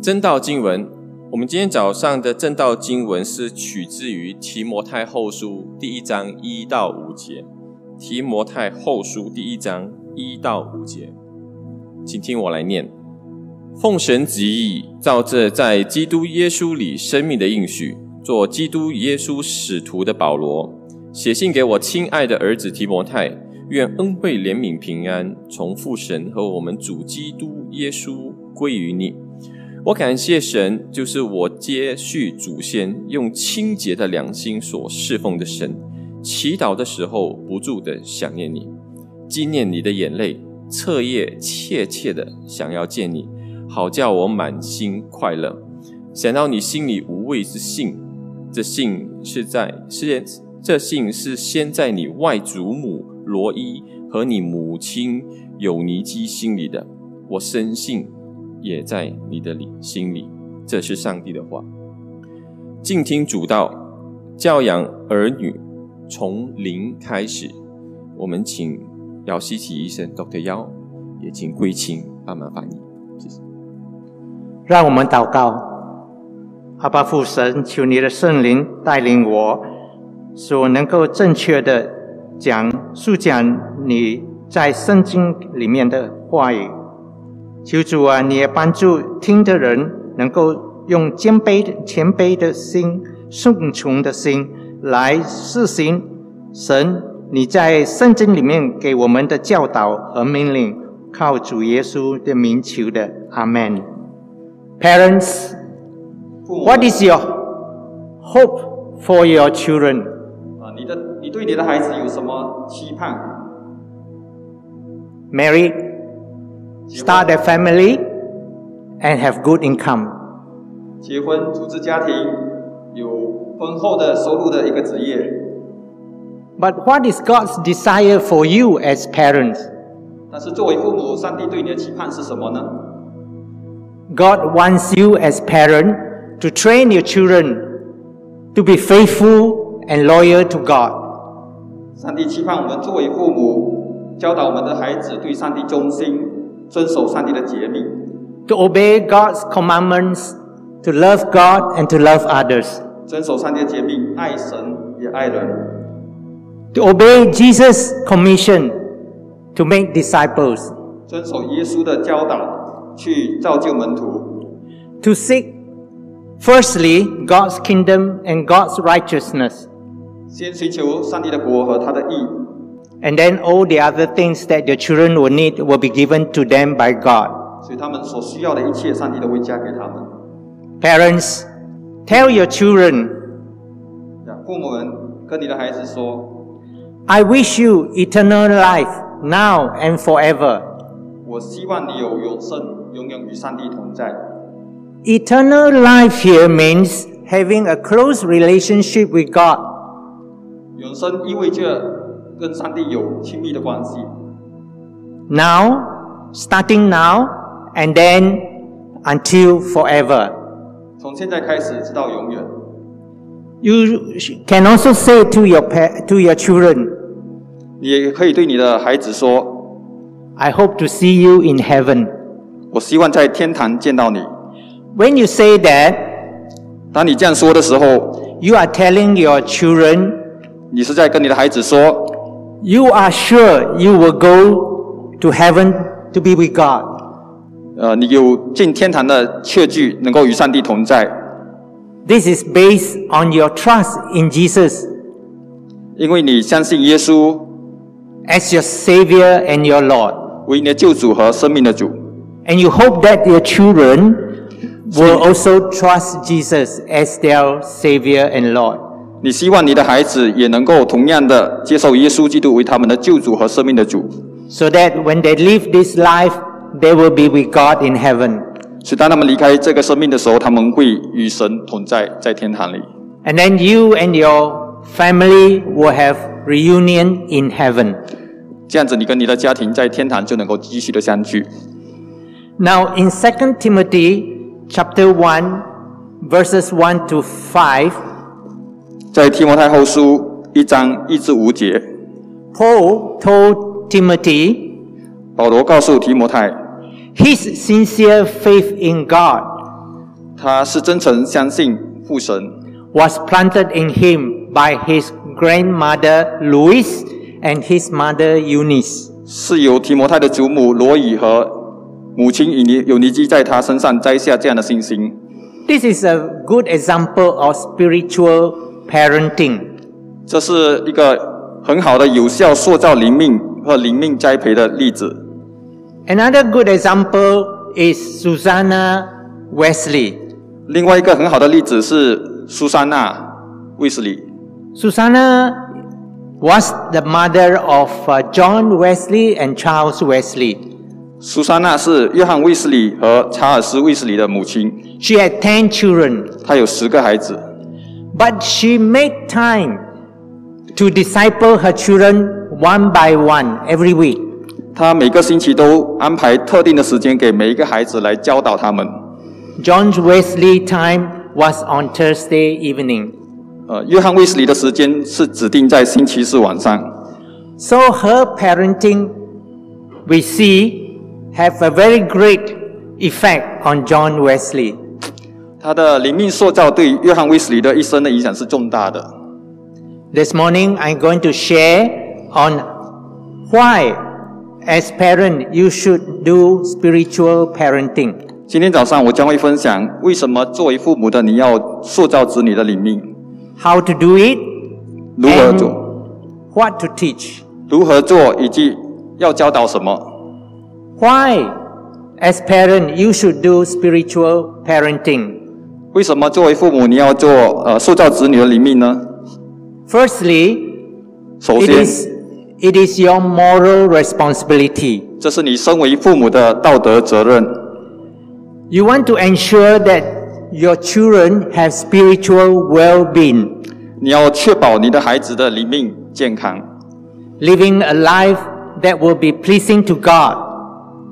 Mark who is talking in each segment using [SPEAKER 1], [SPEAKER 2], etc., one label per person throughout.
[SPEAKER 1] 正道经文，我们今天早上的正道经文是取自于提摩太后书第一章一到五节。提摩太后书第一章一到五节，请听我来念：奉神旨意，照这在基督耶稣里生命的应许，做基督耶稣使徒的保罗，写信给我亲爱的儿子提摩太，愿恩惠、怜悯、平安，从父神和我们主基督耶稣归于你。我感谢神，就是我接续祖先用清洁的良心所侍奉的神。祈祷的时候不住的想念你，纪念你的眼泪，彻夜切切的想要见你，好叫我满心快乐。想到你心里无畏之信，这信是在是这信是先在你外祖母罗伊和你母亲有尼基心里的，我深信也在你的里心里。这是上帝的话。静听主道，教养儿女。从零开始，我们请姚希奇医生 Dr. 姚，也请桂清帮忙翻译，谢谢。
[SPEAKER 2] 让我们祷告，阿爸父神，求你的圣灵带领我，使我能够正确的讲述讲你在圣经里面的话语。求主啊，你也帮助听的人能够用谦卑的谦卑的心、顺从的心。来实行神你在圣经里面给我们的教导和命令，靠主耶稣的名求的，阿门。
[SPEAKER 3] Parents, what is your hope for your children?
[SPEAKER 4] 啊，你的你对你的孩子有什么期盼？
[SPEAKER 3] Marry, start a family, and have good income.
[SPEAKER 4] 结婚、组织家庭，有婚后的收入的一个职业。
[SPEAKER 3] But what is God's desire for you as parents?
[SPEAKER 4] 但是作为父母，上帝对你的期盼是什么呢？
[SPEAKER 3] God wants you as parent to train your children to be faithful and loyal to God.
[SPEAKER 4] 上帝期盼我们作为父母，教导我们的孩子对上帝忠心，遵守上帝的诫命，
[SPEAKER 3] to obey God's commandments, to love God and to love others,
[SPEAKER 4] 遵守上帝的诫命，爱神也爱人，
[SPEAKER 3] to obey Jesus' commission to make disciples,
[SPEAKER 4] 遵守耶稣的教导，去造就门徒，
[SPEAKER 3] to seek firstly God's kingdom and God's righteousness,
[SPEAKER 4] 先寻求上帝的国和他的义，
[SPEAKER 3] and then all the other things that your children will need will be given to them by God.
[SPEAKER 4] 所以他们所需要的一切，上帝都会加给他们。
[SPEAKER 3] Parents, tell your children,
[SPEAKER 4] 父母们跟你的孩子说
[SPEAKER 3] I wish you eternal life now and forever.：“
[SPEAKER 4] 我希望你有永生，永远与上帝同在。
[SPEAKER 3] Eternal life here means having a close relationship with God.
[SPEAKER 4] 永生意味着跟上帝有亲密的关系，
[SPEAKER 3] now, starting now, and then until forever.
[SPEAKER 4] 从现在开始直到永远。
[SPEAKER 3] You sh- can also say to your pa- to your children,
[SPEAKER 4] 你也可以对你的孩子说
[SPEAKER 3] "I hope to see you in heaven."
[SPEAKER 4] 我希望在天堂见到你。
[SPEAKER 3] When you say that, ”
[SPEAKER 4] 当你这样说的时候，
[SPEAKER 3] you are telling your children
[SPEAKER 4] 你是在跟你的孩子说，
[SPEAKER 3] you are sure you will go to heaven to be with God.
[SPEAKER 4] 呃，你有进天堂的确据，能够与上帝同在，
[SPEAKER 3] This is based on your trust in Jesus
[SPEAKER 4] 因为你相信耶稣
[SPEAKER 3] as your Savior and your Lord,
[SPEAKER 4] 为你的救主和生命的主。
[SPEAKER 3] and you hope that your children will also trust Jesus as their Savior and Lord.
[SPEAKER 4] 你希望你的孩子也能够同样的接受耶稣基督为他们的救主和生命的主，
[SPEAKER 3] so that when they live this life, they will be with God in heaven.
[SPEAKER 4] 所以当他们离开这个生命的时候，他们会与神同在，在天堂里。
[SPEAKER 3] And then you and your family will have reunion in heaven.
[SPEAKER 4] 这样子，你跟你的家庭在天堂就能够继续的相聚。
[SPEAKER 3] Now in 2 Timothy chapter 1 verses 1 to 5,
[SPEAKER 4] 在提摩太后书一章一至五节，
[SPEAKER 3] Paul told Timothy
[SPEAKER 4] 保罗告诉提摩太，
[SPEAKER 3] his sincere faith in God
[SPEAKER 4] 他是真诚相信父神，
[SPEAKER 3] was planted in him by his grandmother Louise and his mother Eunice.
[SPEAKER 4] 是由提摩太的祖母罗以和母亲以尼有尼基在他身上摘下这样的信心。
[SPEAKER 3] This is a good example of spiritual parenting.
[SPEAKER 4] 这是一个很好的有效塑造灵命和灵命栽培的例子。
[SPEAKER 3] Another good example is Susanna Wesley.
[SPEAKER 4] 另外一个很好的例子是苏珊娜·卫斯理，
[SPEAKER 3] Susanna was the mother of uh, John Wesley and Charles Wesley.
[SPEAKER 4] 苏珊娜是约翰·卫斯理和查尔斯·卫斯理的母亲，
[SPEAKER 3] She had 10 children,
[SPEAKER 4] 她有十个孩子，
[SPEAKER 3] but she made time to disciple her children one by one every week.
[SPEAKER 4] 她每个星期都安排特定的时间给每一个孩子来教导他们。
[SPEAKER 3] John Wesley time was on Thursday evening.
[SPEAKER 4] 呃，约翰·卫斯理的时间是指定在星期四晚上，
[SPEAKER 3] So her parenting, we see, have a very great effect on John Wesley.
[SPEAKER 4] 他的灵命塑造对约翰·卫斯理的一生的影响是重大的。
[SPEAKER 3] This morning, I'm going to share on why, as parent, you should do spiritual parenting.
[SPEAKER 4] 今天早上我将会分享为什么作为父母的你要塑造子女的灵命，
[SPEAKER 3] How to do it,
[SPEAKER 4] 如何
[SPEAKER 3] 嗯
[SPEAKER 4] 做，
[SPEAKER 3] what to teach.
[SPEAKER 4] 如何做，以及要教导什么。
[SPEAKER 3] Why, as parent, you should do spiritual parenting.
[SPEAKER 4] 为什么作为父母你要做呃塑造子女的灵命呢？
[SPEAKER 3] Firstly,
[SPEAKER 4] 首
[SPEAKER 3] it
[SPEAKER 4] 先，
[SPEAKER 3] is it is your moral responsibility.
[SPEAKER 4] 这是你身为父母的道德责任。
[SPEAKER 3] You want to ensure that your children have spiritual well-being.
[SPEAKER 4] 你要确保你的孩子的灵命健康，
[SPEAKER 3] living a life that will be pleasing to God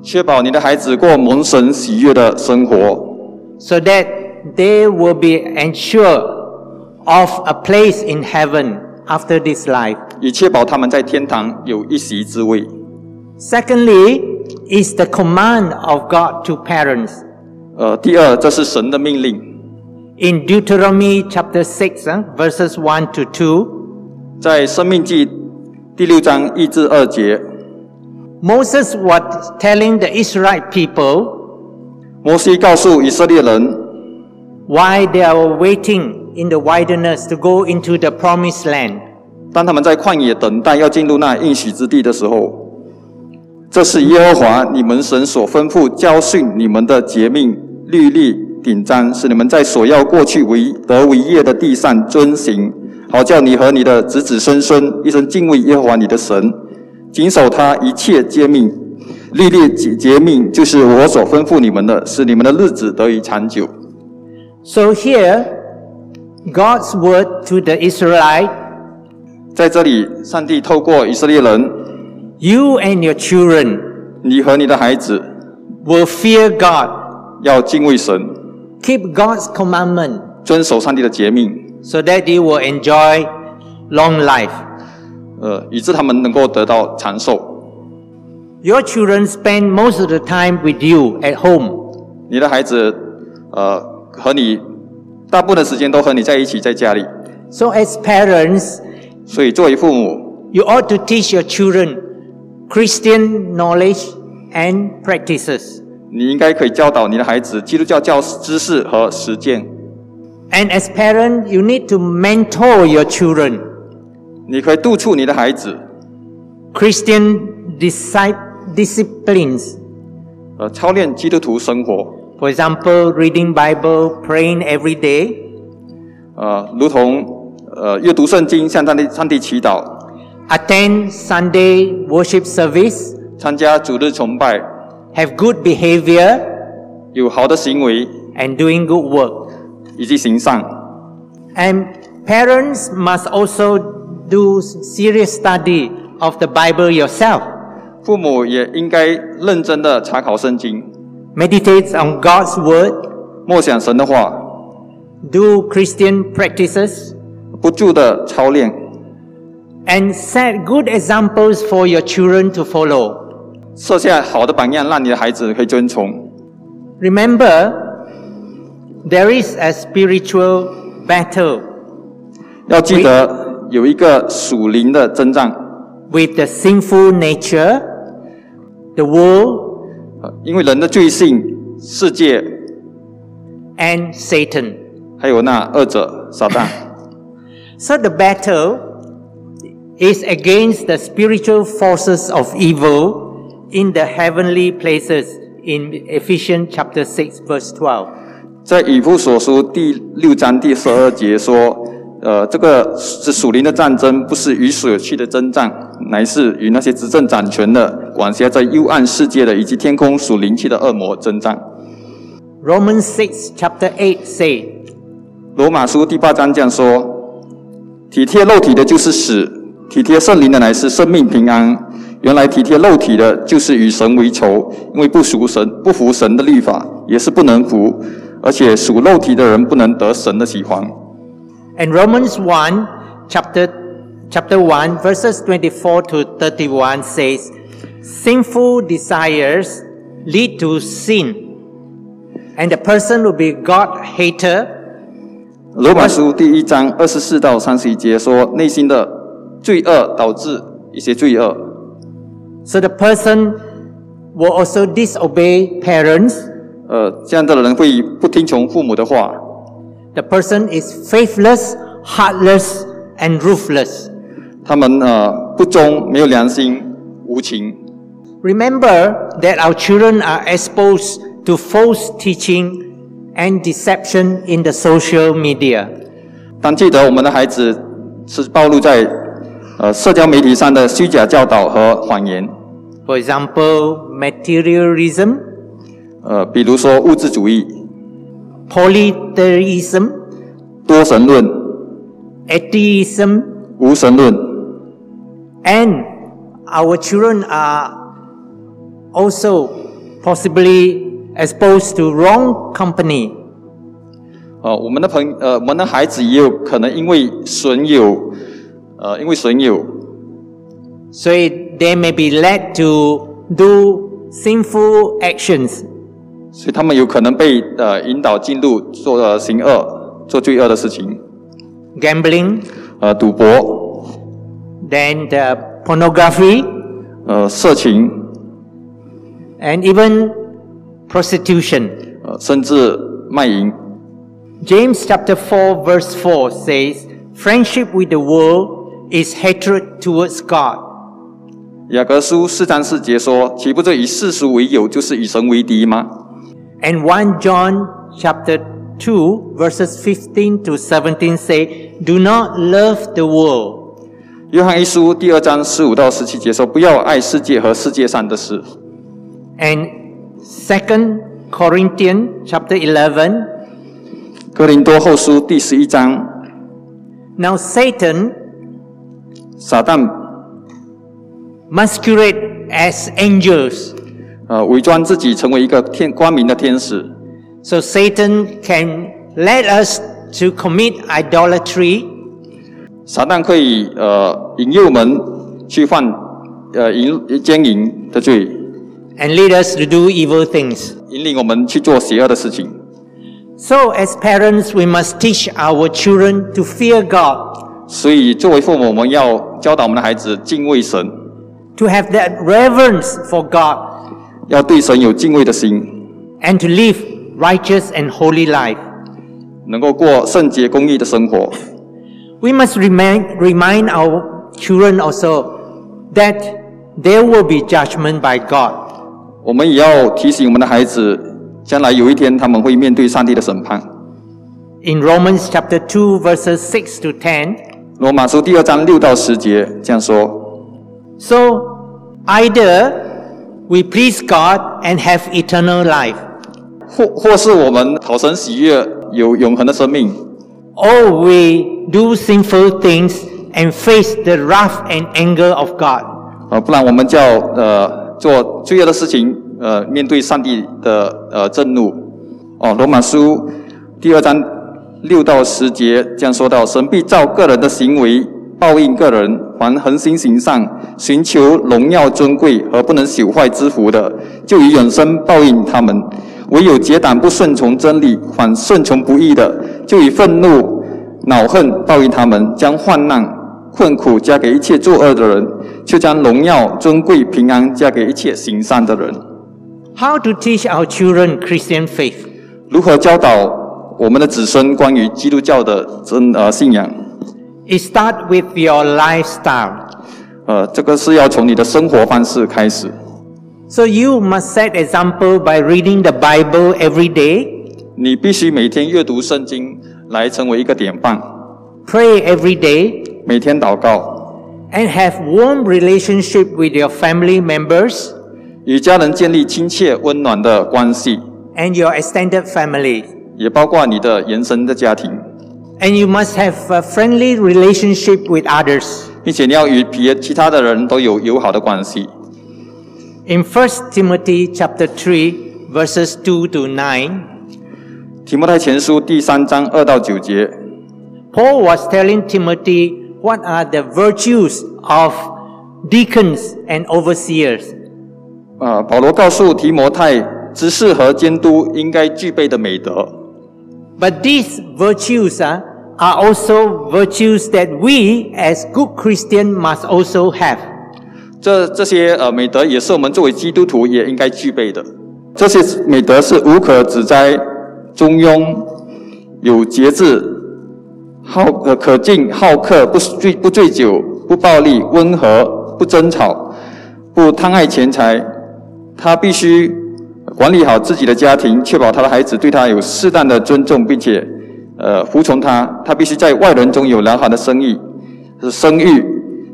[SPEAKER 4] 确保你的孩子过蒙神喜悦的生活，
[SPEAKER 3] so that they will be ensured of a place in heaven after this life.
[SPEAKER 4] 以确保他们在天堂有一席之位。
[SPEAKER 3] Secondly, is the command of God to parents.
[SPEAKER 4] 呃，第二，这是神的命令，
[SPEAKER 3] In Deuteronomy chapter 6, huh, verses 1 to 2,
[SPEAKER 4] 在《生命记》第六章一至二节，
[SPEAKER 3] Moses was telling the Israelite people
[SPEAKER 4] 摩西告诉以色列人，
[SPEAKER 3] why they are waiting in the wilderness to go into the promised land.
[SPEAKER 4] 当他们在旷野等待要进入那应许之地的时候，这是耶和华你们神所吩咐教训你们的诫命、律例、典章，是你们在所要过去为得为业的地上遵行，好叫你和你的子子孙孙一生敬畏耶和华你的神，谨守他一切诫命、律例、诫诫命，就是我所吩咐你们的，使你们的日子得以长久。
[SPEAKER 3] So here, God's word to the Israelite,
[SPEAKER 4] 在这里，上帝透过以色列人，
[SPEAKER 3] you and your children
[SPEAKER 4] 你和你的孩子
[SPEAKER 3] will fear God.
[SPEAKER 4] 要敬畏神，
[SPEAKER 3] Keep God's commandment
[SPEAKER 4] 遵守上帝的诫命，
[SPEAKER 3] so that you will enjoy long life.
[SPEAKER 4] 呃，以致他们能够得到长寿。
[SPEAKER 3] Your children spend most of the time with you at home.
[SPEAKER 4] 你的孩子，呃，和你大部分的时间都和你在一起，在家里。
[SPEAKER 3] So as parents,
[SPEAKER 4] 所以，作为父母，
[SPEAKER 3] you ought to teach your children Christian knowledge and practices.
[SPEAKER 4] 你应该可以教导你的孩子基督教教知识和实践。
[SPEAKER 3] And as parents, you need to mentor your children.
[SPEAKER 4] 你可以督促你的孩子，
[SPEAKER 3] Christian disci- disciplines.
[SPEAKER 4] 呃，操练基督徒生活，
[SPEAKER 3] For example, reading Bible, praying every day,
[SPEAKER 4] 呃，如同呃阅读圣经，向上帝上帝祈祷，
[SPEAKER 3] attend Sunday worship service,
[SPEAKER 4] 参加主日崇拜，
[SPEAKER 3] have good behavior,
[SPEAKER 4] 有好的行为
[SPEAKER 3] and doing good work.
[SPEAKER 4] 以及行善。
[SPEAKER 3] And parents must also do serious study of the Bible yourself.
[SPEAKER 4] 父母也应该认真的查考圣经，
[SPEAKER 3] Meditate on God's word,
[SPEAKER 4] 默想神的话，
[SPEAKER 3] do Christian practices,
[SPEAKER 4] 不住的操练，
[SPEAKER 3] and set good examples for your children to follow.
[SPEAKER 4] 设下好的榜样，让你的孩子可以遵从。
[SPEAKER 3] Remember, There is a spiritual battle
[SPEAKER 4] 要记得有一个属灵的征战，
[SPEAKER 3] with the sinful nature, the world,
[SPEAKER 4] 呃因为人的罪性、世界，
[SPEAKER 3] and Satan.
[SPEAKER 4] 还有那二者撒旦。
[SPEAKER 3] So the battle is against the spiritual forces of evil in the heavenly places in Ephesians chapter 6 verse 12.
[SPEAKER 4] 在以父所书第六章第十二节说，呃，这个是属灵的战争，不是与所去的征战，乃是与那些执政掌权的、管辖在幽暗世界的以及天空属灵气的恶魔征战。
[SPEAKER 3] Romans 6 chapter 8 say,
[SPEAKER 4] 罗马书第八章这样说：体贴肉体的就是死，体贴圣灵的乃是生命平安。原来体贴肉体的，就是与神为仇，因为不属神，不服神的律法，也是不能服，而且属肉体的人不能得神的喜欢。
[SPEAKER 3] and Romans 1 chapter chapter 1 verses 24 to 31 says, sinful desires lead to sin and the person will be God hater
[SPEAKER 4] 罗马书第一章二十四到三十一节说，内心的罪恶导致一些罪恶，
[SPEAKER 3] So the person will also disobey parents.
[SPEAKER 4] 呃，这样的人会不听从父母的话，
[SPEAKER 3] The person is faithless, heartless, and ruthless.
[SPEAKER 4] 他们呃不忠、没有良心、无情。
[SPEAKER 3] Remember that our children are exposed to false teaching and deception in the social media.
[SPEAKER 4] 当记得我们的孩子是暴露在呃社交媒体上的虚假教导和谎言，
[SPEAKER 3] For example, materialism,
[SPEAKER 4] 呃，比如说物质主义、
[SPEAKER 3] polytheism,
[SPEAKER 4] 多神论、
[SPEAKER 3] atheism,
[SPEAKER 4] 无神论，
[SPEAKER 3] and our children are also possibly exposed to wrong company
[SPEAKER 4] 呃，我们的朋呃我们的孩子也有可能因为损友，呃，因为损友，
[SPEAKER 3] So it- they may be led to do sinful actions.
[SPEAKER 4] 所以他们有可能被呃引导进入做呃行恶、做罪恶的事情，
[SPEAKER 3] Gambling,
[SPEAKER 4] 呃，赌博、
[SPEAKER 3] then the pornography,
[SPEAKER 4] 呃色情，
[SPEAKER 3] and even prostitution.
[SPEAKER 4] 呃，甚至卖淫。
[SPEAKER 3] James chapter 4 verse 4 says, Friendship with the world is hatred towards God.
[SPEAKER 4] 雅各书四章四节说：“岂不这以世俗为友，就是以神为敌吗？”
[SPEAKER 3] And 1 John chapter 2 verses 15 to 17 say, Do not love the world
[SPEAKER 4] 约翰一书第二章十五到十七节说：“不要爱世界和世界上的事。
[SPEAKER 3] And 2 Corinthians chapter 11 ”
[SPEAKER 4] 哥林多后书第十一章，
[SPEAKER 3] Now Satan
[SPEAKER 4] 撒旦
[SPEAKER 3] masquerade as angels.
[SPEAKER 4] 呃伪装自己成为一个天光明的天使，
[SPEAKER 3] So Satan can lead us to commit idolatry
[SPEAKER 4] 撒旦可以呃引诱我们去犯呃淫奸淫的罪，
[SPEAKER 3] and lead us to do evil things.
[SPEAKER 4] 引领我们去做邪恶的事情。
[SPEAKER 3] So as parents, we must teach our children to fear God,
[SPEAKER 4] 所以作为父母，我们要教导我们的孩子敬畏神，
[SPEAKER 3] to have that reverence for God,
[SPEAKER 4] 要对神有敬畏的心，
[SPEAKER 3] and to live righteous and holy life.
[SPEAKER 4] 能够过圣洁公义的生活。
[SPEAKER 3] We must remind, remind our children also that there will be judgment by God.
[SPEAKER 4] 我们也要提醒我们的孩子，将来有一天他们会面对上帝的审判。
[SPEAKER 3] In Romans chapter 2 verses 6 to 10,
[SPEAKER 4] 罗马书第二章六到十节这样说：
[SPEAKER 3] so either we please God and have eternal life,
[SPEAKER 4] 或或是我们讨神喜悦，有永恒的生命；
[SPEAKER 3] or we do sinful things and face the wrath and anger of God.
[SPEAKER 4] 呃，不然我们叫呃做罪恶的事情，呃，面对上帝的呃震怒。哦，罗马书第二章六到十节这样说到：神必照个人的行为报应个人，凡恒心行善、寻求荣耀尊贵和不能朽坏之福的，就以永生报应他们。唯有结党不顺从真理，反顺从不义的，就以愤怒、恼恨报应他们，将患难、困苦加给一切作恶的人，就将荣耀、尊贵、平安加给一切行善的人。
[SPEAKER 3] How to teach our children Christian faith?
[SPEAKER 4] 如何教导我们的子孙关于基督教的真呃信仰？
[SPEAKER 3] It start with your lifestyle.
[SPEAKER 4] 呃，这个是要从你的生活方式开始。
[SPEAKER 3] So you must set example by reading the Bible every day,
[SPEAKER 4] 你必须每天阅读圣经，来成为一个典范。
[SPEAKER 3] pray every day,
[SPEAKER 4] 每天祷告，
[SPEAKER 3] and have warm relationship with your family members
[SPEAKER 4] 与家人建立亲切温暖的关系，
[SPEAKER 3] and your extended family.
[SPEAKER 4] 也包括你的延伸的家庭，
[SPEAKER 3] And you must have a friendly relationship with others.
[SPEAKER 4] 并且你要与别其他的人都有友好的关系。
[SPEAKER 3] In 1 Timothy chapter 3 verses 2 to 9,
[SPEAKER 4] 提摩太前书第三章二到九节，
[SPEAKER 3] Paul was telling Timothy what are the virtues of deacons and overseers.
[SPEAKER 4] 啊、保罗告诉提摩太，知识和监督应该具备的美德。
[SPEAKER 3] But these virtues ah, are also virtues that we as good Christian must also have.
[SPEAKER 4] 这这些呃美德也是我们作为基督徒也应该具备的。这些美德是无可指摘、中庸、有节制、好呃可敬、好客、不醉不醉酒、不暴力、温和、不争吵、不贪爱钱财。他必须管理好自己的家庭，确保他的孩子对他有适当的尊重，并且呃服从他。他必须在外人中有良好的声誉，是声誉，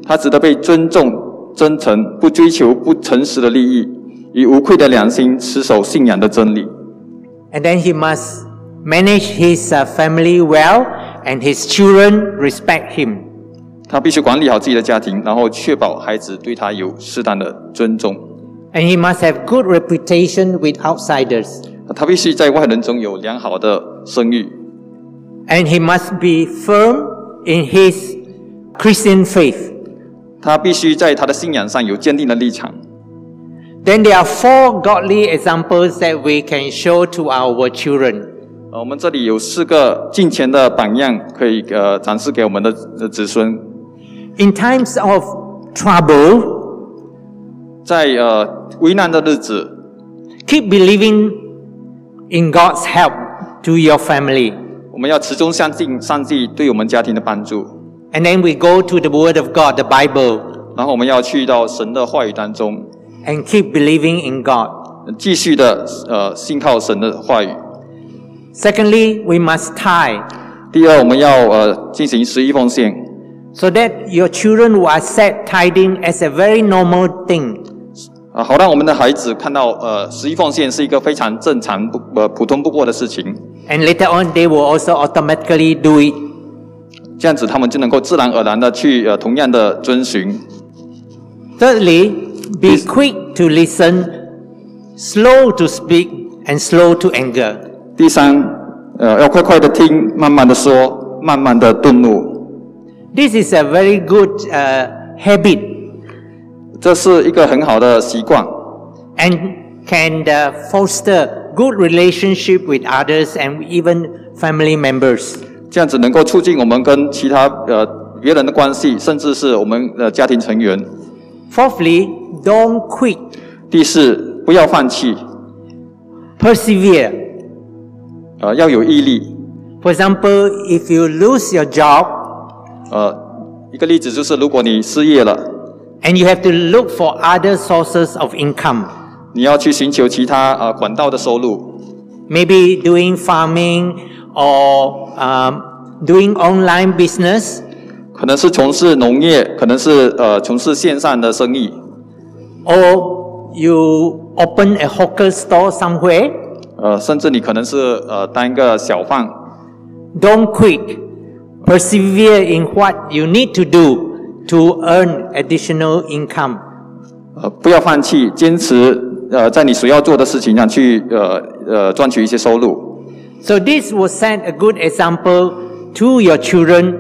[SPEAKER 4] 他值得被尊重、真诚，不追求不诚实的利益，以无愧的良心持守信仰的真理。
[SPEAKER 3] And then he must manage his ah, family well and his children respect him.
[SPEAKER 4] 他必须管理好自己的家庭，然后确保孩子对他有适当的尊重。
[SPEAKER 3] And he must have good reputation with outsiders.
[SPEAKER 4] 他必须在外人中有良好的声誉，
[SPEAKER 3] And he must be firm in his Christian faith.
[SPEAKER 4] 他必须在他的信仰上有坚定的立场。
[SPEAKER 3] Then there are four godly examples that we can show to our children.
[SPEAKER 4] 呃，我们这里有四个敬虔的榜样可以呃展示给我们的呃子孙，
[SPEAKER 3] In times of trouble,
[SPEAKER 4] 在呃危难的日子，
[SPEAKER 3] keep believing in God's help to your family.
[SPEAKER 4] 我们要持中相信上帝对我们家庭的帮助。
[SPEAKER 3] And then we go to the Word of God, the Bible,
[SPEAKER 4] 然后我们要去到神的话语当中，
[SPEAKER 3] and keep believing in God.
[SPEAKER 4] 继续的呃信靠神的话语。
[SPEAKER 3] Secondly, we must tie
[SPEAKER 4] 第二，我们要呃进行十一奉献，
[SPEAKER 3] so that your children will accept tithing as a very normal thing.
[SPEAKER 4] 啊、好让我们的孩子看到呃十一奉献是一个非常正常不呃普通不过的事情，
[SPEAKER 3] And later on, they will also automatically do it.
[SPEAKER 4] 这样子他们就能够自然而然的去呃同样的遵循。
[SPEAKER 3] Thirdly, be quick to listen, slow to speak, and slow to anger.
[SPEAKER 4] 第三，呃要快快的听，慢慢的说，慢慢的顿悟，
[SPEAKER 3] This is a very good uh, habit
[SPEAKER 4] 这是一个很好的习惯，
[SPEAKER 3] and can uh, foster good relationship with others and even family members.
[SPEAKER 4] 这样子能够促进我们跟其他呃别人的关系，甚至是我们呃家庭成员。
[SPEAKER 3] Fourthly, don't quit,
[SPEAKER 4] 第四，不要放弃，
[SPEAKER 3] persevere.
[SPEAKER 4] 呃，要有毅力。
[SPEAKER 3] For example, if you lose your job
[SPEAKER 4] 呃，一个例子就是，如果你失业了，
[SPEAKER 3] and you have to look for other sources of income,
[SPEAKER 4] 你要去寻求其他呃管道的收入，
[SPEAKER 3] maybe doing farming or um, doing online business
[SPEAKER 4] 可能是从事农业，可能是呃从事线上的生意，
[SPEAKER 3] or you open a hawker store somewhere
[SPEAKER 4] 呃，甚至你可能是呃当一个小贩。
[SPEAKER 3] don't quit persevere in what you need to do to earn additional income
[SPEAKER 4] 呃，不要放弃，坚持呃在你所要做的事情上去呃呃赚取一些收入。
[SPEAKER 3] so this will set a good example to your children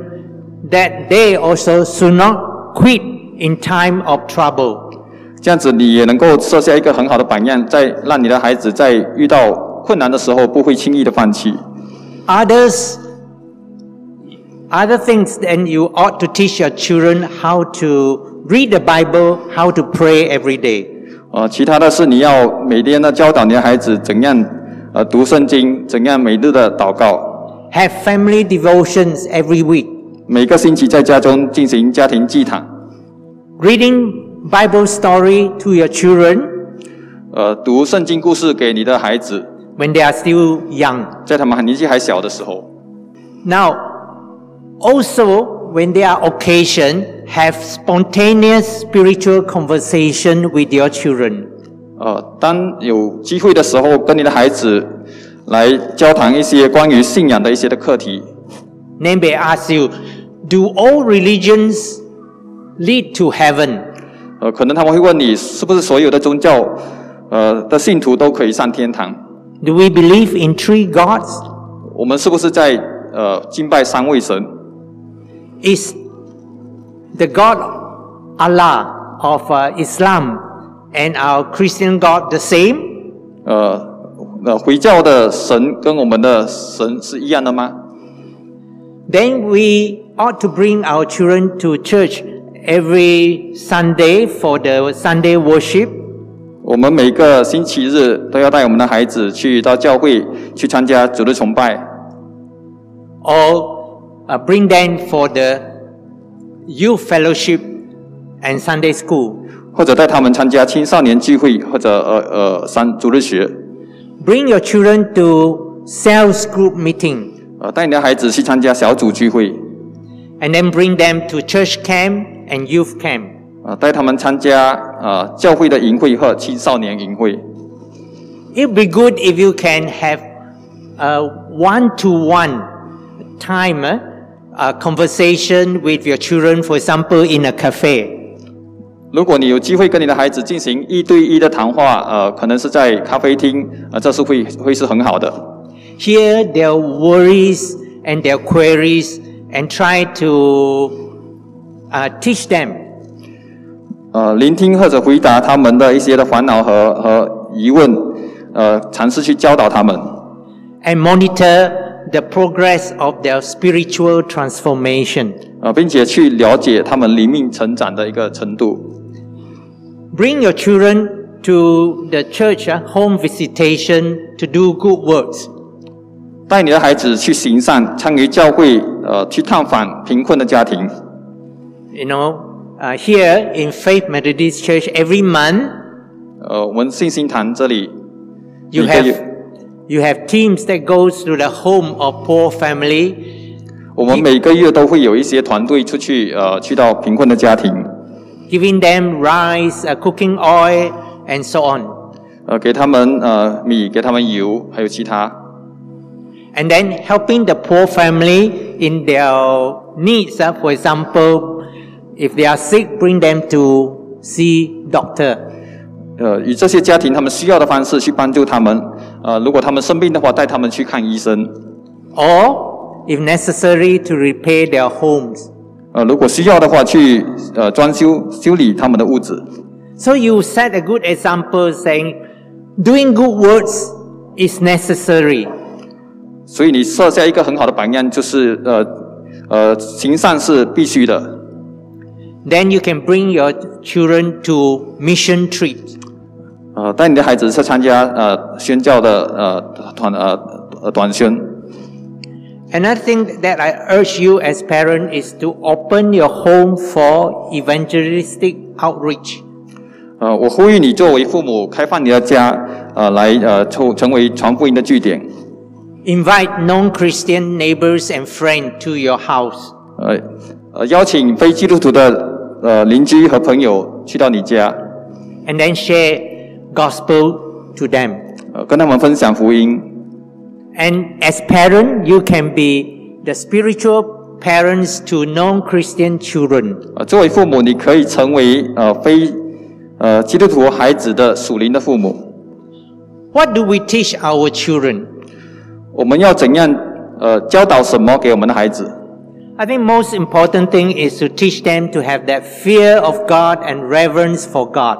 [SPEAKER 3] that they also should not quit in time of trouble
[SPEAKER 4] 这样子你也能够设下一个很好的榜样，在让你的孩子在遇到困难的时候不会轻易的放弃。
[SPEAKER 3] Others, other things, then you ought to teach your children how to read the Bible, how to pray every day.
[SPEAKER 4] 呃，其他的是你要每天的教导你的孩子怎样呃读圣经，怎样每日的祷告，
[SPEAKER 3] Have family devotions every week.
[SPEAKER 4] 每个星期在家中进行家庭祭坛，
[SPEAKER 3] Reading Bible story to your children
[SPEAKER 4] 呃，读圣经故事给你的孩子，
[SPEAKER 3] when they are still young.
[SPEAKER 4] 在他们年纪还小的时候，
[SPEAKER 3] Now, also when there are occasion, have spontaneous spiritual conversation with your children.
[SPEAKER 4] 呃，当有机会的时候，跟你的孩子来交谈一些关于信仰的一些的课题。
[SPEAKER 3] Then they ask you, do all religions lead to heaven?
[SPEAKER 4] 呃，可能他们会问你，是不是所有的宗教，呃的信徒都可以上天堂？
[SPEAKER 3] Do we believe in three gods?
[SPEAKER 4] 我们是不是在呃敬拜三位神？
[SPEAKER 3] Is the God Allah of uh, Islam and our Christian God the same?
[SPEAKER 4] 呃，呃，回教的神跟我们的神是一样的吗？
[SPEAKER 3] Then we ought to bring our children to church every Sunday for the Sunday worship.
[SPEAKER 4] 我们每个星期日都要带我们的孩子去到教会去参加主日崇拜，
[SPEAKER 3] or uh, bring them for the youth fellowship and Sunday school.
[SPEAKER 4] 或者带他们参加青少年聚会，或者呃呃三主日学，
[SPEAKER 3] Bring your children to sales group meeting
[SPEAKER 4] 呃，带你的孩子去参加小组聚会，
[SPEAKER 3] and then bring them to church camp and youth camp.
[SPEAKER 4] 呃，带他们参加呃教会的营会和青少年营会。
[SPEAKER 3] It would be good if you can have a one-to-one time eh, uh, conversation with your children, for example, in a cafe.
[SPEAKER 4] 如果你有机会跟你的孩子进行一对一的谈话，呃，可能是在咖啡厅，呃，这是会会是很好的。
[SPEAKER 3] Hear their worries and their queries and try to uh, teach them
[SPEAKER 4] 呃，聆听或者回答他们的一些的烦恼和和疑问，呃，尝试去教导他们，
[SPEAKER 3] and monitor the progress of their spiritual transformation.
[SPEAKER 4] 呃，并且去了解他们灵命成长的一个程度。
[SPEAKER 3] Bring your children to the church uh, home visitation to do good works.
[SPEAKER 4] 带你的孩子去行善，参与教会，呃，去探访贫困的家庭。
[SPEAKER 3] You know, uh, here in Faith Methodist Church, every month
[SPEAKER 4] 呃，我们信心堂这里
[SPEAKER 3] you
[SPEAKER 4] 每个
[SPEAKER 3] have
[SPEAKER 4] 月，
[SPEAKER 3] you have teams that goes to the home of poor family
[SPEAKER 4] 我们每个月都会有一些团队出去，呃，去到贫困的家庭，
[SPEAKER 3] giving them rice, uh, cooking oil and so on.
[SPEAKER 4] 呃，给他们呃米，给他们油，还有其他，
[SPEAKER 3] And then helping the poor family in their needs. uh, for example, if they are sick, bring them to see doctor.
[SPEAKER 4] 呃，以这些家庭他们需要的方式去帮助他们。呃，如果他们生病的话，带他们去看医生。
[SPEAKER 3] Or, if necessary, to repair their homes.
[SPEAKER 4] 呃，如果需要的话，去呃装修修理他们的屋子。
[SPEAKER 3] So you set a good example saying, doing good works is necessary.
[SPEAKER 4] 所以你设下一个很好的榜样，就是呃呃行善是必须的。
[SPEAKER 3] Then you can bring your children to mission trips.
[SPEAKER 4] 呃，带你的孩子去参加呃宣教的呃团呃呃短宣。
[SPEAKER 3] Another thing that I urge you as parents is to open your home for evangelistic outreach.
[SPEAKER 4] 呃，我呼吁你作为父母，开放你的家，呃，来呃成成为传福音的据点。
[SPEAKER 3] Invite non-Christian neighbors and friends to your house.
[SPEAKER 4] 呃呃，邀请非基督徒的呃邻居和朋友去到你家，
[SPEAKER 3] and then share gospel to them.
[SPEAKER 4] 呃，跟他们分享福音。
[SPEAKER 3] And as parent, you can be the spiritual parents to non-Christian children.
[SPEAKER 4] 呃，作为父母，你可以成为呃非呃基督徒孩子的属灵的父母。
[SPEAKER 3] What do we teach our children?
[SPEAKER 4] 我们要怎样呃教导什么给我们的孩子？
[SPEAKER 3] I think most important thing is to teach them to have that fear of God and reverence for God.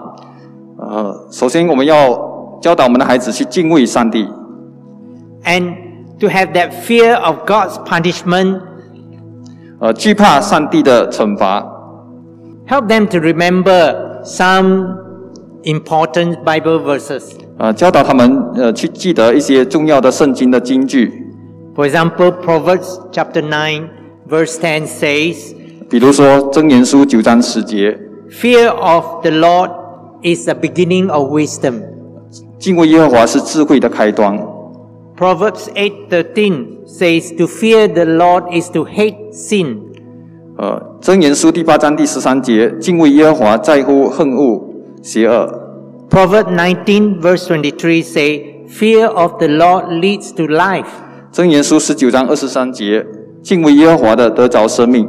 [SPEAKER 4] 呃，首先我们要教导我们的孩子去敬畏上帝，
[SPEAKER 3] and to have that fear of God's punishment
[SPEAKER 4] 呃，惧怕上帝的惩罚，
[SPEAKER 3] Help them to remember some important Bible verses.
[SPEAKER 4] 呃，教导他们呃去记得一些重要的圣经的金句，
[SPEAKER 3] For example, Proverbs chapter 9, verse 10 says,
[SPEAKER 4] 比如说《箴言书》九章十节，
[SPEAKER 3] Fear of the Lord is the beginning of wisdom.
[SPEAKER 4] 敬畏耶和华是智慧的开端。
[SPEAKER 3] Proverbs 8:13 says, To fear the Lord is to hate sin.
[SPEAKER 4] 呃，《箴言书》第八章第十三节，敬畏耶和华在乎恨恶、邪恶。
[SPEAKER 3] Proverbs 19, verse 23 say, Fear of the Lord leads to life.
[SPEAKER 4] 《箴言书》十九章二十三节，敬畏耶和华的得着生命。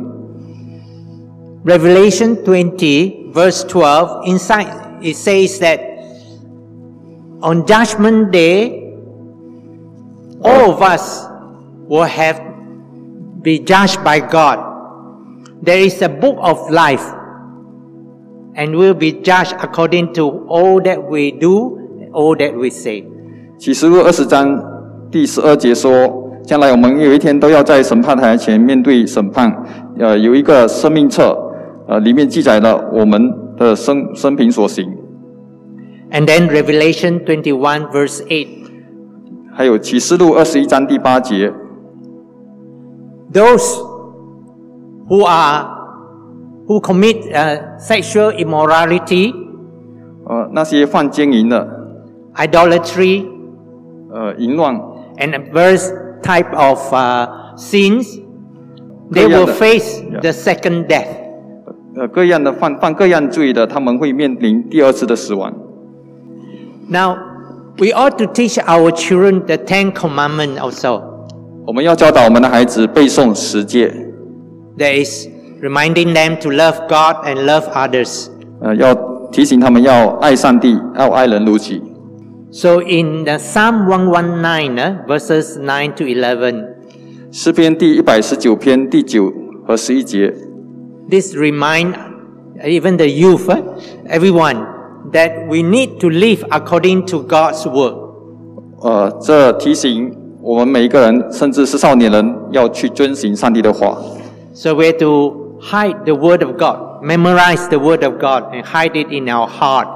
[SPEAKER 3] Revelation 20, verse 12, inside it says that on judgment day, all of us will have be judged by God. There is a book of life, and we'll be judged according to all that we do, all that we say.
[SPEAKER 4] 启示录二十章第十二节说：“将来我们有一天都要在审判台前面对审判。呃，有一个生命册，呃，里面记载了我们的生生平所行。
[SPEAKER 3] And then Revelation 21, verse 8.
[SPEAKER 4] 还有启示录二十一章第八节，
[SPEAKER 3] those who are who commit uh, sexual immorality
[SPEAKER 4] 呃，那些犯奸淫的，
[SPEAKER 3] idolatry
[SPEAKER 4] 呃，淫乱，
[SPEAKER 3] and adverse type of uh, sins they
[SPEAKER 4] Kaya
[SPEAKER 3] will
[SPEAKER 4] na.
[SPEAKER 3] face
[SPEAKER 4] Yeah.
[SPEAKER 3] the second death
[SPEAKER 4] 呃，各样的犯犯各样罪的，他们会面临第二次的死亡。
[SPEAKER 3] now we ought to teach our children the ten commandments also
[SPEAKER 4] 我们要教导我们的孩子背诵十诫，
[SPEAKER 3] there is reminding them to love god and love others
[SPEAKER 4] 呃，要提醒他们要爱上帝，要爱人如己。
[SPEAKER 3] so in the psalm 119 uh, verses 9 to 11
[SPEAKER 4] 诗篇第一百十九篇第九和十一节，
[SPEAKER 3] This remind even the youth, eh, everyone, that we need to live according to God's word.
[SPEAKER 4] 呃，这提醒我们每一个人，甚至是少年人，要去遵行上帝的话。
[SPEAKER 3] So we're to hide the word of God, memorize the word of God, and hide it in our heart.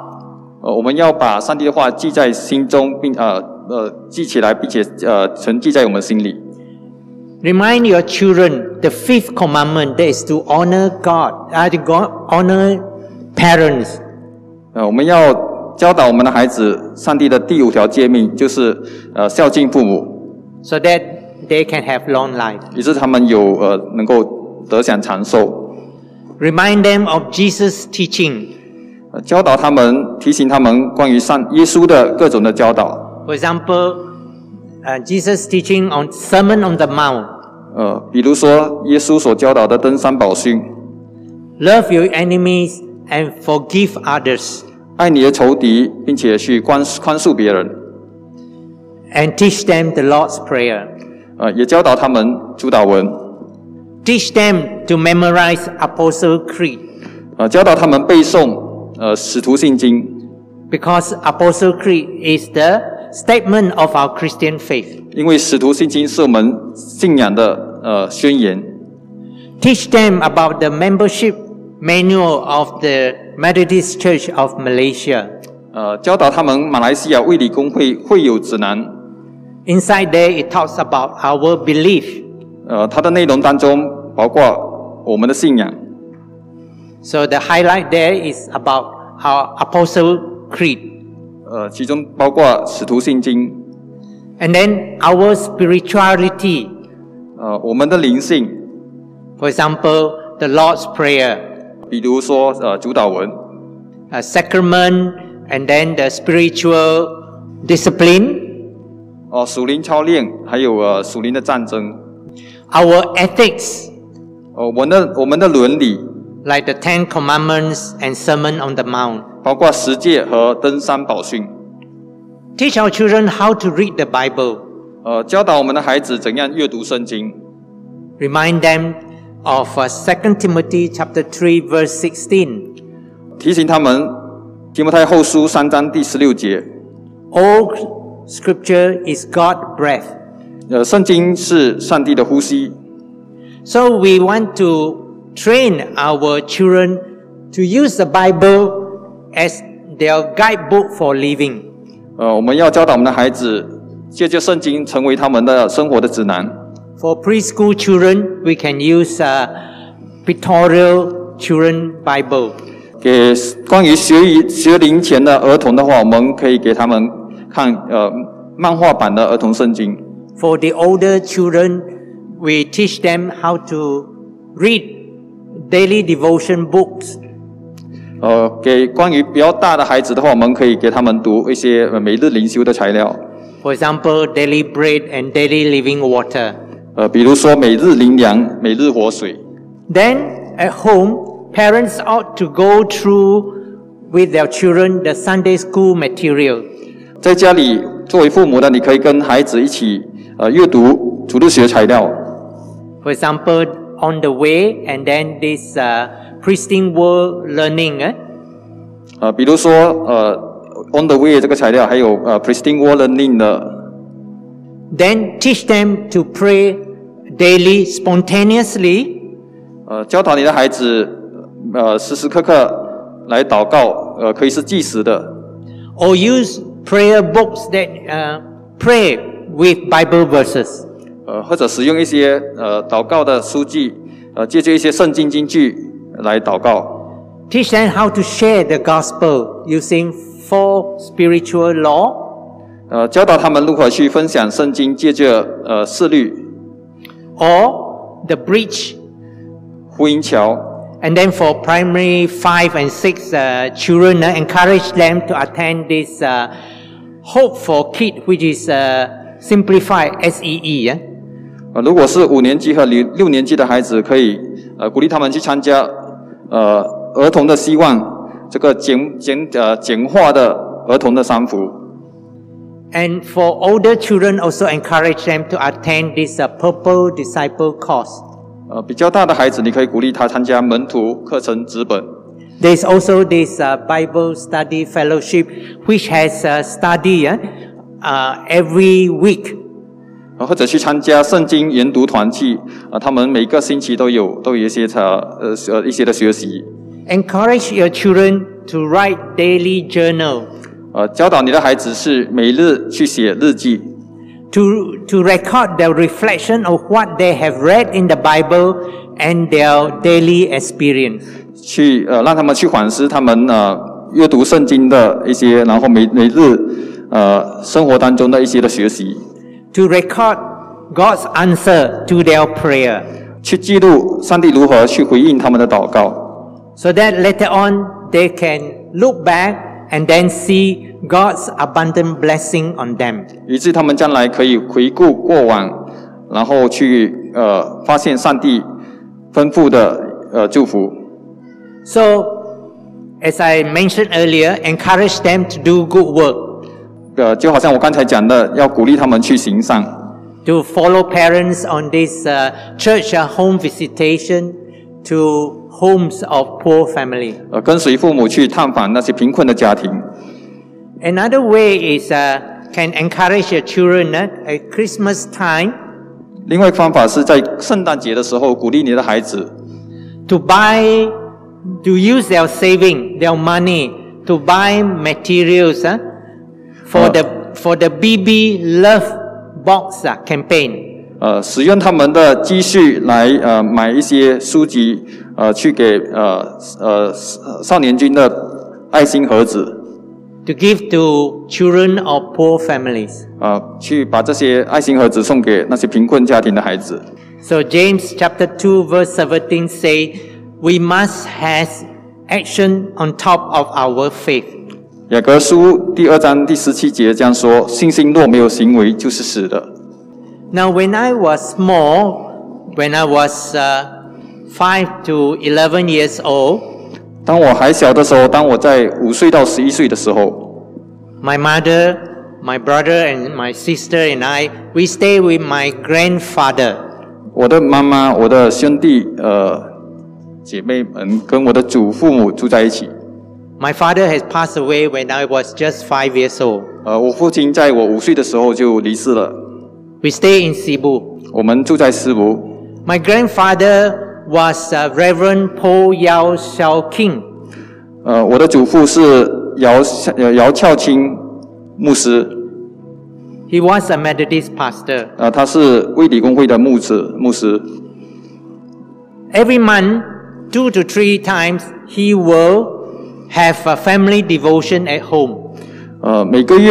[SPEAKER 4] 呃，我们要把上帝的话记在心中，并呃呃记起来，并且呃存记在我们心里。
[SPEAKER 3] Remind your children the fifth commandment that is to honor God, uh, to go- honor parents.
[SPEAKER 4] 呃，我们要教导我们的孩子上帝的第五条诫命，就是呃孝敬父母，
[SPEAKER 3] So that they can have long life.
[SPEAKER 4] 以致他们有呃能够得享长寿。
[SPEAKER 3] Remind them of Jesus' teaching.
[SPEAKER 4] 呃教导他们，提醒他们关于上耶稣的各种的教导。
[SPEAKER 3] For example, uh, Jesus' teaching on Sermon on the Mount.
[SPEAKER 4] 呃，比如说耶稣所教导的登山宝训，
[SPEAKER 3] Love your enemies and forgive others,
[SPEAKER 4] 爱你的仇敌，并且去宽宽恕别人。
[SPEAKER 3] and teach them the Lord's Prayer.
[SPEAKER 4] 呃，也教导他们主导文，
[SPEAKER 3] Teach them to memorize Apostle Creed,
[SPEAKER 4] 呃，教导他们背诵呃使徒信经，
[SPEAKER 3] because Apostle Creed is the statement of our Christian faith.
[SPEAKER 4] 因为使徒信经是我们信仰的呃宣言。
[SPEAKER 3] Teach them about the membership manual of the Methodist Church of Malaysia.
[SPEAKER 4] 呃，教导他们马来西亚卫理公会会友指南。
[SPEAKER 3] Inside there, it talks about our belief.
[SPEAKER 4] 呃，它的内容当中包括我们的信仰。
[SPEAKER 3] So the highlight there is about our Apostle Creed.
[SPEAKER 4] 呃，其中包括使徒信经，
[SPEAKER 3] And then our spirituality,
[SPEAKER 4] 呃，我们的灵性，
[SPEAKER 3] for example, the Lord's Prayer,
[SPEAKER 4] 比如说呃主导文，
[SPEAKER 3] a sacrament, and then the spiritual discipline,
[SPEAKER 4] 哦、属灵操练，还有呃属灵的战争，
[SPEAKER 3] our ethics,
[SPEAKER 4] 呃我们的我们的伦理，
[SPEAKER 3] like the Ten Commandments and Sermon on the Mount.
[SPEAKER 4] 包括十诫和登山宝训，
[SPEAKER 3] Teach our children how to read the Bible.
[SPEAKER 4] 呃，教导我们的孩子怎样阅读圣经，
[SPEAKER 3] Remind them of uh, 2 Timothy chapter 3 verse 16.
[SPEAKER 4] 提醒他们提摩太后书三章第十六节，
[SPEAKER 3] All scripture is God breath
[SPEAKER 4] 呃，圣经是上帝的呼吸，
[SPEAKER 3] So we want to train our children to use the Bible as their guidebook for living.
[SPEAKER 4] 呃，我们要教导我们的孩子借鉴圣经，成为他们的生活的指南。
[SPEAKER 3] For preschool children, we can use a pictorial children Bible.
[SPEAKER 4] 给关于学龄学龄前的儿童的话，我们可以给他们看呃漫画版的儿童圣经。
[SPEAKER 3] For the older children, we teach them how to read daily devotion books.
[SPEAKER 4] 呃，给关于比较大的孩子的话，我们可以给他们读一些呃每日灵修的材料，
[SPEAKER 3] For example, daily bread and daily living water.
[SPEAKER 4] 呃，比如说每日灵粮、每日活水。
[SPEAKER 3] Then at home, parents ought to go through with their children the Sunday school material.
[SPEAKER 4] 在家里，作为父母的，你可以跟孩子一起呃阅读主日学材料，
[SPEAKER 3] For example, on the way, and then this uh, pristine world learning. eh?
[SPEAKER 4] 呃，比如说呃 On the Way 这个材料，还有呃 Pristine Wall Learning 的，
[SPEAKER 3] Then teach them to pray daily, spontaneously.
[SPEAKER 4] 呃，教导你的孩子呃时时刻刻来祷告，呃，可以是计时的，
[SPEAKER 3] or use prayer books that uh, pray with Bible verses.
[SPEAKER 4] 呃，或者使用一些呃祷告的书籍，呃，借鉴一些圣经经句来祷告。
[SPEAKER 3] Teach them how to share the gospel using four spiritual law
[SPEAKER 4] 呃，教导他们如何去分享圣经，借着呃四律、
[SPEAKER 3] or the bridge.
[SPEAKER 4] 福音桥，
[SPEAKER 3] And then for primary five and six uh, children, uh, encourage them to attend this uh, Hope for Kid, which is uh, simplified SEE. eh?
[SPEAKER 4] 呃，如果是五年级和六六年级的孩子，可以呃鼓励他们去参加呃儿童的希望这个简简呃简化的儿童的三福。
[SPEAKER 3] And for older children, also encourage them to attend this uh, Purple Disciple course.
[SPEAKER 4] 呃，比较大的孩子，你可以鼓励他参加门徒课程纸本。
[SPEAKER 3] There's also this uh, Bible study fellowship, which has a study eh, uh, every week.
[SPEAKER 4] 呃或者去参加圣经研读团契，呃，他们每个星期都有都有一些呃呃呃一些的学习，
[SPEAKER 3] Encourage your children to write daily journal.
[SPEAKER 4] 呃，教导你的孩子是每日去写日记，
[SPEAKER 3] to, to record their reflection of what they have read in the Bible and their daily experience.
[SPEAKER 4] 去呃让他们去反思他们呃阅读圣经的一些，然后每每日呃生活当中的一些的学习，
[SPEAKER 3] To record God's answer to their prayer
[SPEAKER 4] 去记录上帝如何去回应他们的祷告，
[SPEAKER 3] so that later on they can look back and then see God's abundant blessing on them.
[SPEAKER 4] 以致他们将来可以回顾过往，然后去呃发现上帝吩咐的呃祝福。
[SPEAKER 3] So, as I mentioned earlier, encourage them to do good work,
[SPEAKER 4] 呃，就好像我刚才讲的，要鼓励他们去行善，
[SPEAKER 3] to follow parents on this uh, church uh, home visitation to homes of poor family.
[SPEAKER 4] 呃，跟随父母去探访那些贫困的家庭。
[SPEAKER 3] Another way is uh, can encourage your children uh, at Christmas time
[SPEAKER 4] 另外一个方法是在圣诞节的时候，鼓励你的孩子
[SPEAKER 3] to buy, to use their saving, their money to buy materials uh, for
[SPEAKER 4] Uh.
[SPEAKER 3] the for the BB Love Box uh, campaign.
[SPEAKER 4] 呃，使用他们的积蓄来呃买一些书籍，呃，去给呃呃少年军的爱心盒子，
[SPEAKER 3] To give to children of poor families.
[SPEAKER 4] 呃，去把这些爱心盒子送给那些贫困家庭的孩子。
[SPEAKER 3] So James chapter 2 verse 17 say, we must have action on top of our faith.
[SPEAKER 4] 雅各书第二章第十七节这样说：“信心若没有行为，就是死的。
[SPEAKER 3] Now, when I was small, when I was uh, 5 to 11 years old, ”
[SPEAKER 4] 当我还小的时候，当我在五岁到十一岁的时候，
[SPEAKER 3] my mother, my brother, and my sister and I, we stay with my grandfather.
[SPEAKER 4] 我的妈妈、我的兄弟、呃姐妹们跟我的祖父母住在一起。
[SPEAKER 3] My father has passed away when I was just 5 years old.
[SPEAKER 4] 呃，我父亲在我五岁的时候就离世了。
[SPEAKER 3] We stay in Cebu.
[SPEAKER 4] 我们住在师母，
[SPEAKER 3] My grandfather was uh, Reverend Po Yao Xiao King.
[SPEAKER 4] 呃，我的祖父是姚呃姚翘清牧师，
[SPEAKER 3] He was a Methodist pastor.
[SPEAKER 4] 呃，他是卫理公会的牧师牧师。
[SPEAKER 3] Every month, two to three times, he will have a family devotion at home.
[SPEAKER 4] 呃，每个月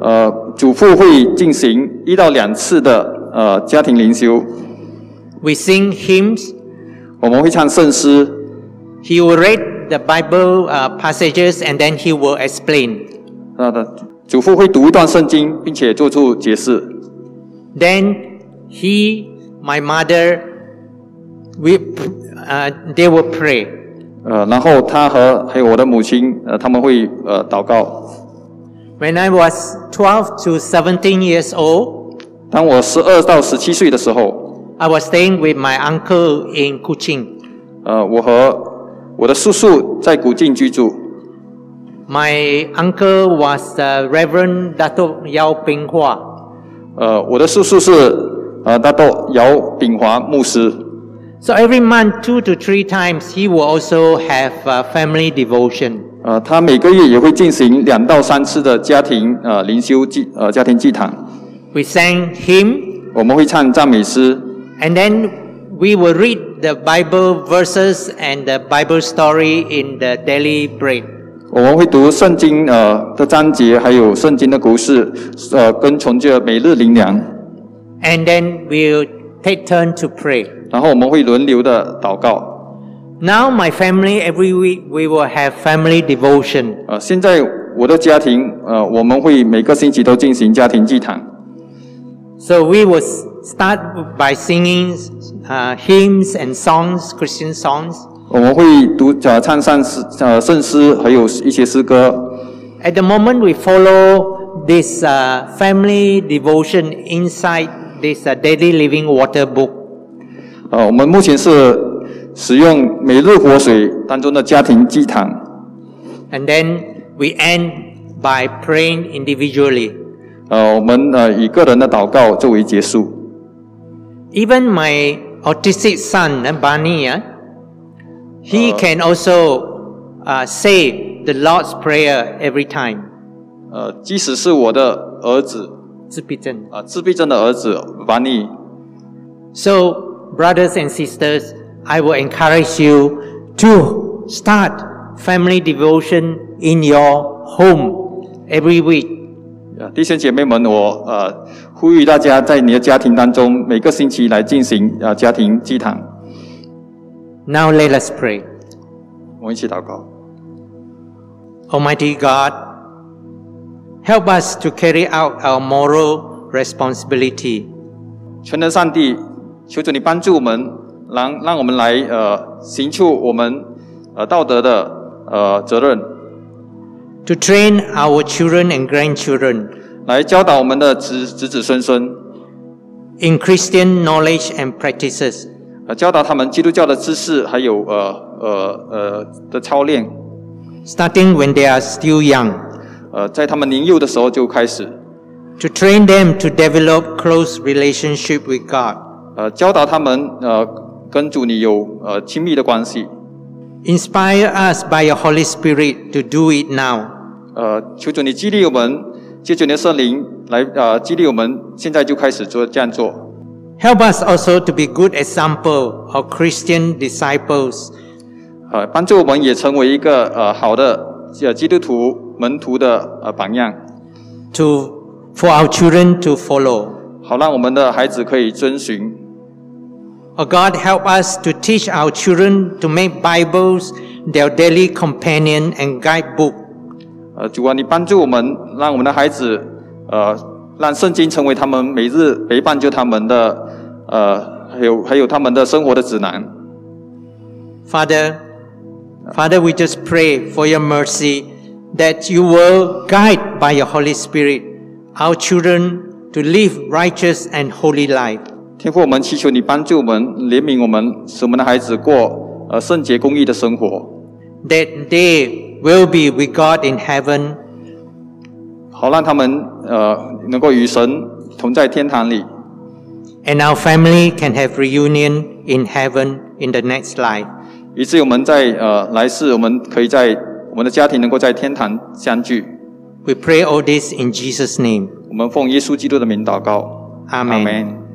[SPEAKER 4] 呃，祖父会进行一到两次的呃家庭灵修，
[SPEAKER 3] We sing hymns.
[SPEAKER 4] 我们会唱圣诗，
[SPEAKER 3] He will read the Bible uh, passages and then he will explain.
[SPEAKER 4] 那的祖父会读一段圣经，并且做出解释。
[SPEAKER 3] Then he, my mother, we, uh, they will pray.
[SPEAKER 4] 呃，然后他和还有我的母亲，呃，他们会呃祷告。
[SPEAKER 3] When I was 12 to 17 years old,
[SPEAKER 4] 当我十二到十七岁的时候，
[SPEAKER 3] I was staying with my uncle in Kuching.
[SPEAKER 4] 呃，我和我的叔叔在古晋居住。
[SPEAKER 3] My uncle was uh, Reverend Dato Yao Ping Hua.
[SPEAKER 4] 呃，我的叔叔是呃大豆姚炳华牧师。
[SPEAKER 3] So every month, two to three times, he will also have uh, family devotion.
[SPEAKER 4] 呃，他每个月也会进行两到三次的家庭呃灵修祭呃家庭祭坛，
[SPEAKER 3] We sang hymn,
[SPEAKER 4] 我们会唱赞美诗，
[SPEAKER 3] and then we will read the Bible verses and the Bible story in the daily bread.
[SPEAKER 4] 我们会读圣经呃的章节，还有圣经的故事，呃，跟从这每日灵粮，
[SPEAKER 3] And then we'll take turn to pray.
[SPEAKER 4] 然后我们会轮流的祷告。
[SPEAKER 3] Now my family every week we will have family devotion.
[SPEAKER 4] 呃，现在我的家庭呃，我们会每个星期都进行家庭祭坛，
[SPEAKER 3] So we will s- start by singing uh, hymns and songs, Christian songs.
[SPEAKER 4] 我们会读呃唱上诗呃圣诗，还有一些诗歌，
[SPEAKER 3] At the moment we follow this uh, family devotion inside this uh, daily living water book.
[SPEAKER 4] 呃，我们目前是使用每日活水当中的家庭祭坛，
[SPEAKER 3] And then we end by praying individually.
[SPEAKER 4] 呃，我们呃以个人的祷告作为结束。
[SPEAKER 3] Even my autistic son, uh, Barney, uh, he
[SPEAKER 4] Uh.
[SPEAKER 3] can also uh, say the Lord's Prayer every time.
[SPEAKER 4] 呃，即使是我的儿子，
[SPEAKER 3] 自闭症.
[SPEAKER 4] 啊、自闭症的儿子瓦尼，
[SPEAKER 3] So, brothers and sisters, I will encourage you to start family devotion in your home every week.
[SPEAKER 4] 呃，弟兄姐妹们，我呃呼吁大家在你的家庭当中，每个星期来进行呃家庭祭坛，
[SPEAKER 3] Now let us pray.
[SPEAKER 4] 我们一起祷告。
[SPEAKER 3] Almighty God, help us to carry out our moral responsibility.
[SPEAKER 4] 全能上帝，求主你帮助我们，让让我们来呃行出我们呃道德的呃责任。
[SPEAKER 3] To train our children and grandchildren
[SPEAKER 4] 来教导我们的子子子孙孙，
[SPEAKER 3] in Christian knowledge and practices.
[SPEAKER 4] 呃，教导他们基督教的知识，还有呃呃呃的操练，
[SPEAKER 3] Starting when they are still young,
[SPEAKER 4] 呃，在他们年幼的时候就开始，
[SPEAKER 3] to train them to develop close relationship with God.
[SPEAKER 4] 呃，教导他们呃跟主你有呃亲密的关系，
[SPEAKER 3] Inspire us by your Holy Spirit to do it now.
[SPEAKER 4] 呃，求主你激励我们，借着你的圣灵来呃激励我们，现在就开始做这样做，
[SPEAKER 3] Help us also to be good example of Christian disciples
[SPEAKER 4] 呃，帮助我们也成为一个呃好的呃基督徒门徒的呃榜样，
[SPEAKER 3] to for our children to follow.
[SPEAKER 4] 好让我们的孩子可以遵循。
[SPEAKER 3] Oh God, help us to teach our children to make Bibles their daily companion and guidebook.
[SPEAKER 4] 呃，主啊，你帮助我们，让我们的孩子，呃，让圣经成为他们每日陪伴着他们的，呃，还有还有他们的生活的指南。
[SPEAKER 3] Father, Father, we just pray for your mercy that you will guide by your Holy Spirit our children to live righteous and holy life.
[SPEAKER 4] 天父，我们祈求你帮助我们，怜悯我们，使我们的孩子过呃圣洁公义的生活，
[SPEAKER 3] that they will be with God in heaven.
[SPEAKER 4] 好让他们呃能够与神同在天堂里。
[SPEAKER 3] and our family can have reunion in heaven in the next life.
[SPEAKER 4] 以致我们在呃来世，我们可以在我们的家庭能够在天堂相聚。
[SPEAKER 3] We pray all this in Jesus' name.
[SPEAKER 4] 我们奉耶稣基督的名祷告，
[SPEAKER 3] Amen.
[SPEAKER 4] 阿门